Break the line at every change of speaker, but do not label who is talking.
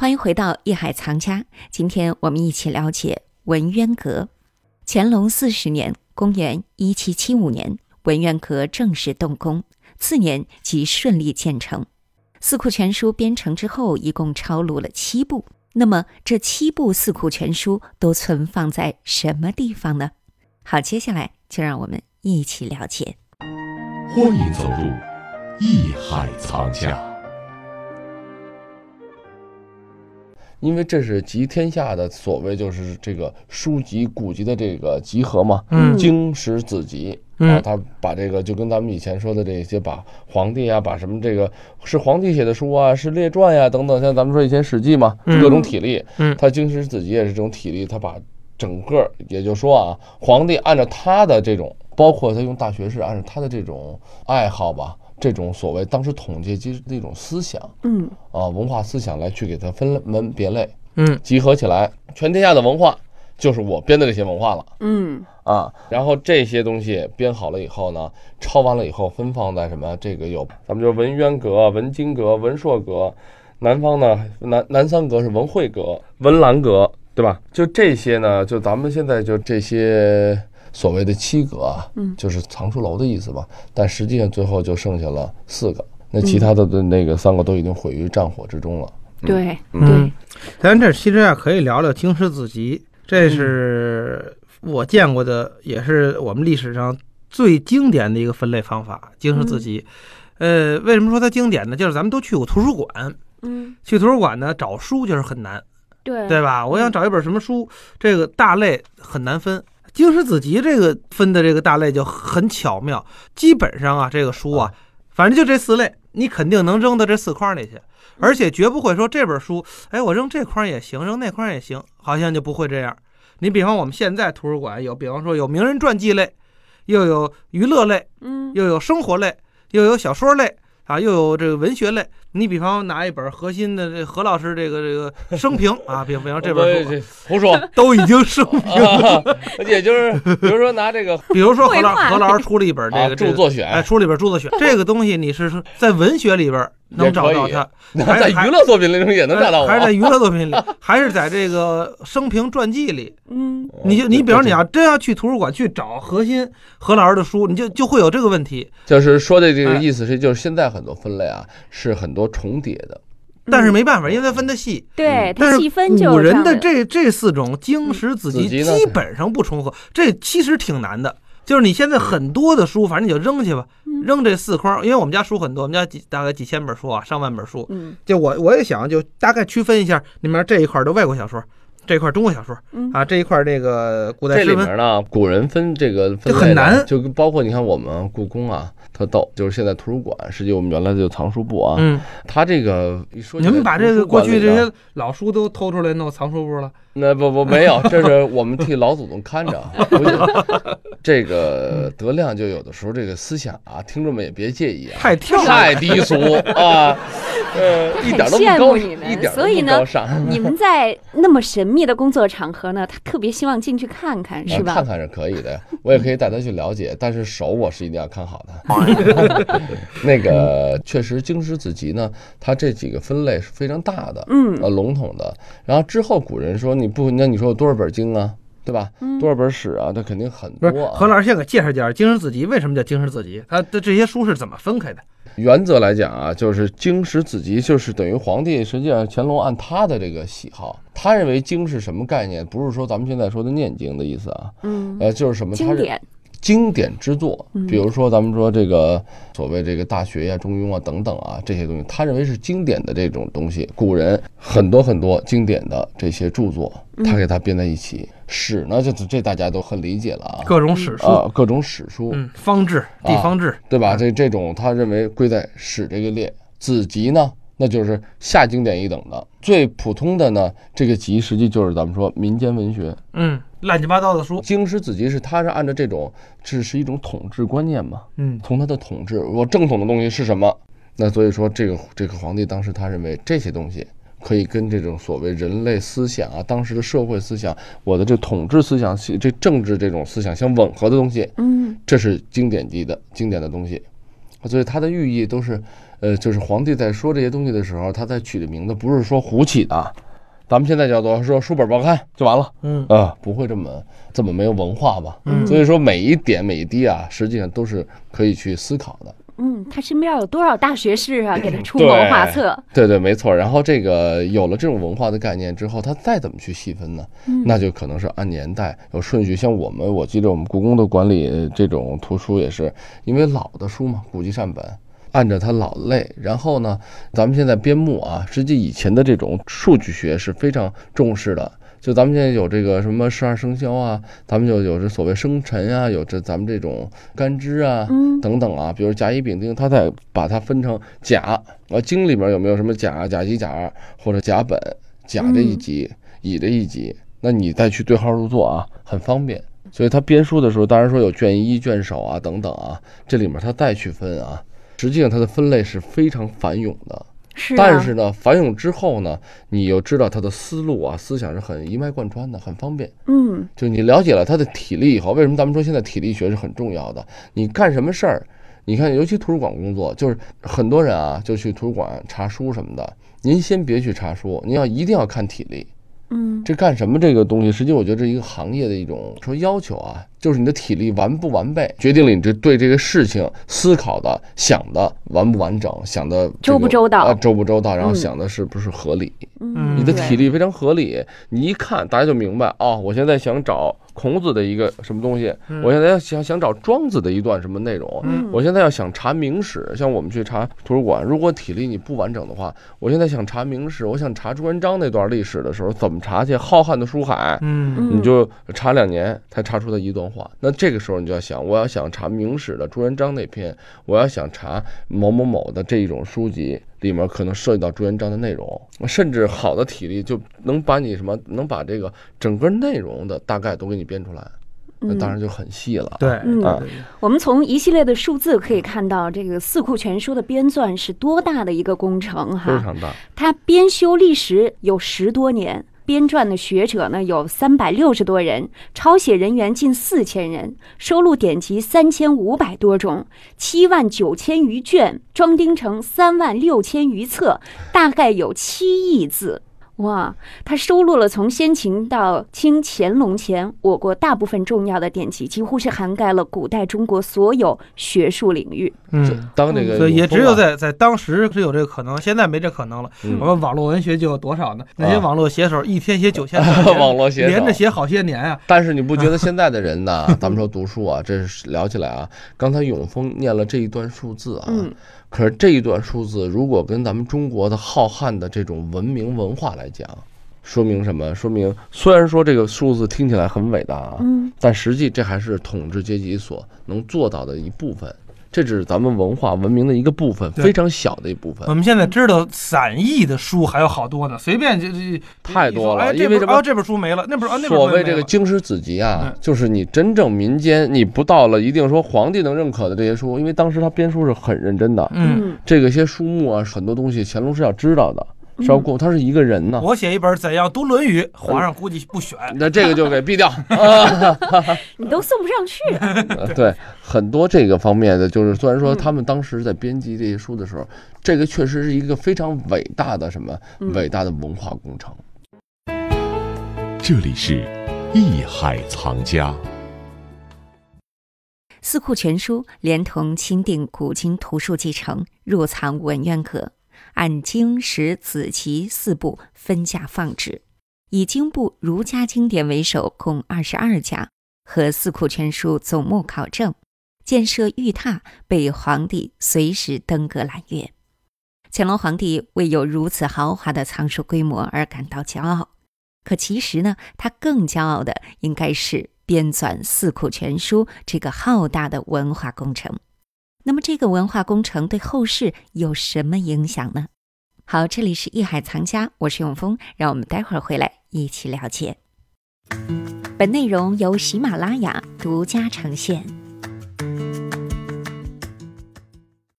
欢迎回到《艺海藏家》，今天我们一起了解文渊阁。乾隆四十年（公元1775年），文渊阁正式动工，次年即顺利建成。《四库全书》编成之后，一共抄录了七部。那么这七部《四库全书》都存放在什么地方呢？好，接下来就让我们一起了解。
欢迎走入艺海藏家。
因为这是集天下的所谓就是这个书籍古籍的这个集合嘛，
嗯
经史子集。
嗯
啊，他把这个就跟咱们以前说的这些，把皇帝啊，把什么这个是皇帝写的书啊，是列传呀、等等，像咱们说以前《史记》嘛，
嗯
各种体例，
嗯
他经史子集也是这种体例，他把整个，也就是说啊，皇帝按照他的这种，包括他用大学士按照他的这种爱好吧，这种所谓当时统计机制的一种思想
嗯
啊，文化思想来去给它分门别类，
嗯
集合起来，全天下的文化就是我编的这些文化了
嗯
啊。然后这些东西编好了以后呢，抄完了以后分放在什么？这个有咱们就是文渊阁、啊文津阁、文硕阁，南方呢南南三阁是文惠阁、文澜阁，对吧？就这些呢，就咱们现在就这些。所谓的七阁啊，
嗯
就是藏书楼的意思吧。但实际上最后就剩下了四个，那其他的的那个三个都已经毁于战火之中了。
对
嗯，咱这其实啊可以聊聊经史子集，这是我见过的，也是我们历史上最经典的一个分类方法——经史子集。呃，为什么说它经典呢？就是咱们都去过图书馆，
嗯
去图书馆呢找书就是很难，
对
对吧？我想找一本什么书，这个大类很难分。经史子集这个分的这个大类就很巧妙，基本上啊，这个书啊，反正就这四类，你肯定能扔到这四框里去，而且绝不会说这本书，哎，我扔这框也行，扔那框也行，好像就不会这样。你比方我们现在图书馆有，比方说有名人传记类，又有娱乐类，
嗯
又有生活类，又有小说类啊，又有这个文学类。你比方拿一本核心的这何老师这个这个生平啊，比比方这本书
我胡说，
都已经生，
啊，也就是比如说拿这个
比如说何老
绘画
何老师出了一本这
啊
个
著
这个。
作选
哎，，出了一本著 作选，这个东西你是在文学里边能找到
也
它，
那
还
在
还
娱乐作品里中也能找到我啊
还。是在娱乐作 品里，还是在这个生平传记里。
嗯
哦
你就你，比
如
方你要真要去图书馆去找核心何老师的书，你就就会有这个问题，
就是说的这个
哎
意思是，就是现在很多分类啊是很多重叠的，
嗯
但是没办法，因为它分的细，
对，
但
它
是
细分就
古
是
人
这
的
样嗯
这这四种经史子
子
集
集呢
基本上不重合，这其实挺难的。就是你
嗯
现在很多的书，反正你就扔去吧，
嗯
扔这四筐。因为我们家书很多，我们家几大概几千本书啊，上万本书。
嗯
就我我也想就大概区分一下，里面这一块儿的外国小说，这一块儿中国小说
嗯
啊，这一块儿这个古代
这
诗
里
文，
面呢，古人分这个分
这
类
很
的
难
就包括你看我们故宫啊，它到就是现在图书馆，实际我们原来就藏书部啊，
嗯，
它这个一说
你们把这个过去这
些。
些老书都偷出来弄藏书部了，
那不不没有，这是我们替老祖宗看着。啊我就这个德亮就有的时候这个思想啊，听众们也别介意啊，
太跳了
太低俗 啊，呃，一点都不
羡
高，
慕
一
你们
点都
所以
不
呢
高尚，
你们在那么神秘的工作场合呢，他特别希望进去看看，是
啊看
吧？
看是可以的，我也可以带他去了解，但是手我是一定要看好的。 那个确实，经史子集呢，它这几个分类是非常大的，
嗯
呃，笼统的。然后之后古人说你不，那你说有多少本经啊，对吧？
嗯
多少本史啊？那肯定很
不
多
是
啊。
何老师先给介绍介绍经史子集为什么叫经史子集，它的这些书是怎么分开的？
原则来讲啊，就是经史子集，就是等于皇帝，实际上乾隆按他的这个喜好，他认为经是什么概念？不是说咱们现在说的念经的意思啊，
嗯，
呃，就是什么？
经
他是
典，
经典之作
嗯，
比如说咱们说这个所谓这个《大学》呀、《中庸》啊等等啊这些东西，他认为是经典的这种东西，古人很多很多经典的这些著作，
嗯
他给它编在一起。史呢，这这大家都很理解了啊，
各种史书，
啊各种史书，
嗯，方志、地
啊
方志，
对吧？这这种他认为归在史这个列。子集呢，那就是下经典一等的，最普通的呢，这个集实际就是咱们说民间文学。
嗯，乱七八糟的书，
经史子集是它是按照这种，这是一种统治观念嘛，
嗯
从他的统治，我正统的东西是什么？那所以说，这个这个皇帝当时他认为这些东西可以跟这种所谓人类思想啊，当时的社会思想，我的这统治思想、这政治这种思想相吻合的东西，
嗯
这是经典级的经典的东西。所以它的寓意都是，呃，就是皇帝在说这些东西的时候，他在取的名字不是说胡起的啊，咱们现在叫做说书本报刊就完了
嗯
啊、不会这么这么没有文化吧？
嗯
所以说每一点每一滴啊，实际上都是可以去思考的。
嗯，他身边有多少大学士啊，给他出
对
谋划策？
对对，没错。然后这个有了这种文化的概念之后，它再怎么去细分呢？那就可能是按年代有顺序。像我们，我记得我们故宫的管理呃这种图书也是，因为老的书嘛，古籍善本。按照它老类，然后呢，咱们现在编目啊，实际以前的这种数据学是非常重视的。就咱们现在有这个什么十二生肖啊，咱们就有这所谓生辰啊，有这咱们这种干支啊，
嗯
等等啊，比如甲乙丙丁，它再把它分成甲，呃，经里面有没有什么甲、甲乙、甲二或者甲本、甲这一
嗯
级、乙这一级，那你再去对号入座啊，很方便。所以它编书的时候，当然说有卷一、卷首啊等等啊，这里面它再去分啊，实际上它的分类是非常繁冗的。
是啊，
但是呢，繁冗之后呢，你又知道它的思路啊、思想是很一脉贯穿的，很方便。
嗯，
就你了解了他的体力以后，为什么咱们说现在体力学是很重要的？你干什么事儿？你看，尤其图书馆工作，就是很多人啊，就去图书馆查书什么的。您先别去查书，您要一定要看体力。
嗯，
这干什么这个东西，实际我觉得这是一个行业的一种说要求啊，就是你的体力完不完备，决定了你这对这个事情思考的、想的完不完整，想的、这
周
个
不周到
啊，周不周到，然后
嗯
想的是不是合理。
嗯
你的体
力，
力非常合理，你一看大家就明白啊、我现在想找孔子的一个什么东西，
嗯
我现在要想想找庄子的一段什么内容，
嗯
我现在要想查明史，像我们去查图书馆，如果体力你不完整的话，我现在想查明史，我想查朱元璋那段历史的时候，怎么查去？浩瀚的书海。
嗯
你就查两年才查出它一段话，那这个时候你就要想，我要想查明史的朱元璋那篇，我要想查某某某的这一种书籍里面可能涉及到朱元璋的内容，甚至好的体力就能把你什么能把这个整个内容的大概都给你编出来，那
嗯
当然就很细了。
对，
嗯
啊
对对
我们从一系列的数字可以看到，这个《四库全书》的编纂是多大的一个工程
非
哈！
常大，
它编修历时有十多年，编撰的学者呢有三百六十多人，抄写人员近四千人，收录典籍三千五百多种，七万九千余卷，装订成三万六千余册，大概有七亿字。哇，它收录了从先秦到清乾隆前我国大部分重要的典籍，几乎是涵盖了古代中国所有学术领域。
就
嗯。
当这个
所以也
有风
只有
啊
在在当时是有这个可能，现在没这可能了。
嗯
我们网络文学就有多少呢？那些
啊
网络写手一天写九千字，
网络写手
连着写好些年啊。
但是你不觉得现在的人 呢？咱们说读书啊，这是聊起来啊，刚才永峰念了这一段数字啊，
嗯
可是这一段数字如果跟咱们中国的浩瀚的这种文明文化来讲，说明什么？说明虽然说这个数字听起来很伟大啊，
嗯
但实际这还是统治阶级所能做到的一部分，这只是咱们文化文明的一个部分，
对
非常小的一部分
我。们现在知道散佚的书还有好多呢，随便就就
太多了
哎这
因为
本
什么
哦这本书没了，那本哦那本书
所
也
谓
没
这个
了
经史子集啊
嗯，
就是你真正民间你不到了一定说皇帝能认可的这些书，因为当时他编书是很认真的。
嗯，
这个些书目啊，很多东西乾隆是要知道的，
嗯
是要过，他是一个人呢。
我写一本怎样读《论语》，皇上估计不选。
那这个就给毙 掉啊！
你都送不上去啊。
对，很多这个方面的，就是虽
嗯
然说他们当时在编辑这些书的时候，这个确实是一个非常伟大的什么
嗯
伟大的文化工程。
这里是《艺海藏家》。
《四库全书》连同钦定古今图书继承入藏文渊阁，按经史子集四部分家放置，以经部儒家经典为首，共二十二家，和《四库全书》总目考证，建设御榻，被皇帝随时登阁览阅。乾隆皇帝为有如此豪华的藏书规模而感到骄傲，可其实呢，他更骄傲的应该是编纂《四库全书》这个浩大的文化工程。那么，这个文化工程对后世有什么影响呢？好，这里是《艺海藏家》，我是永峰，让我们待会儿回来一起了解。本内容由喜马拉雅独家呈现。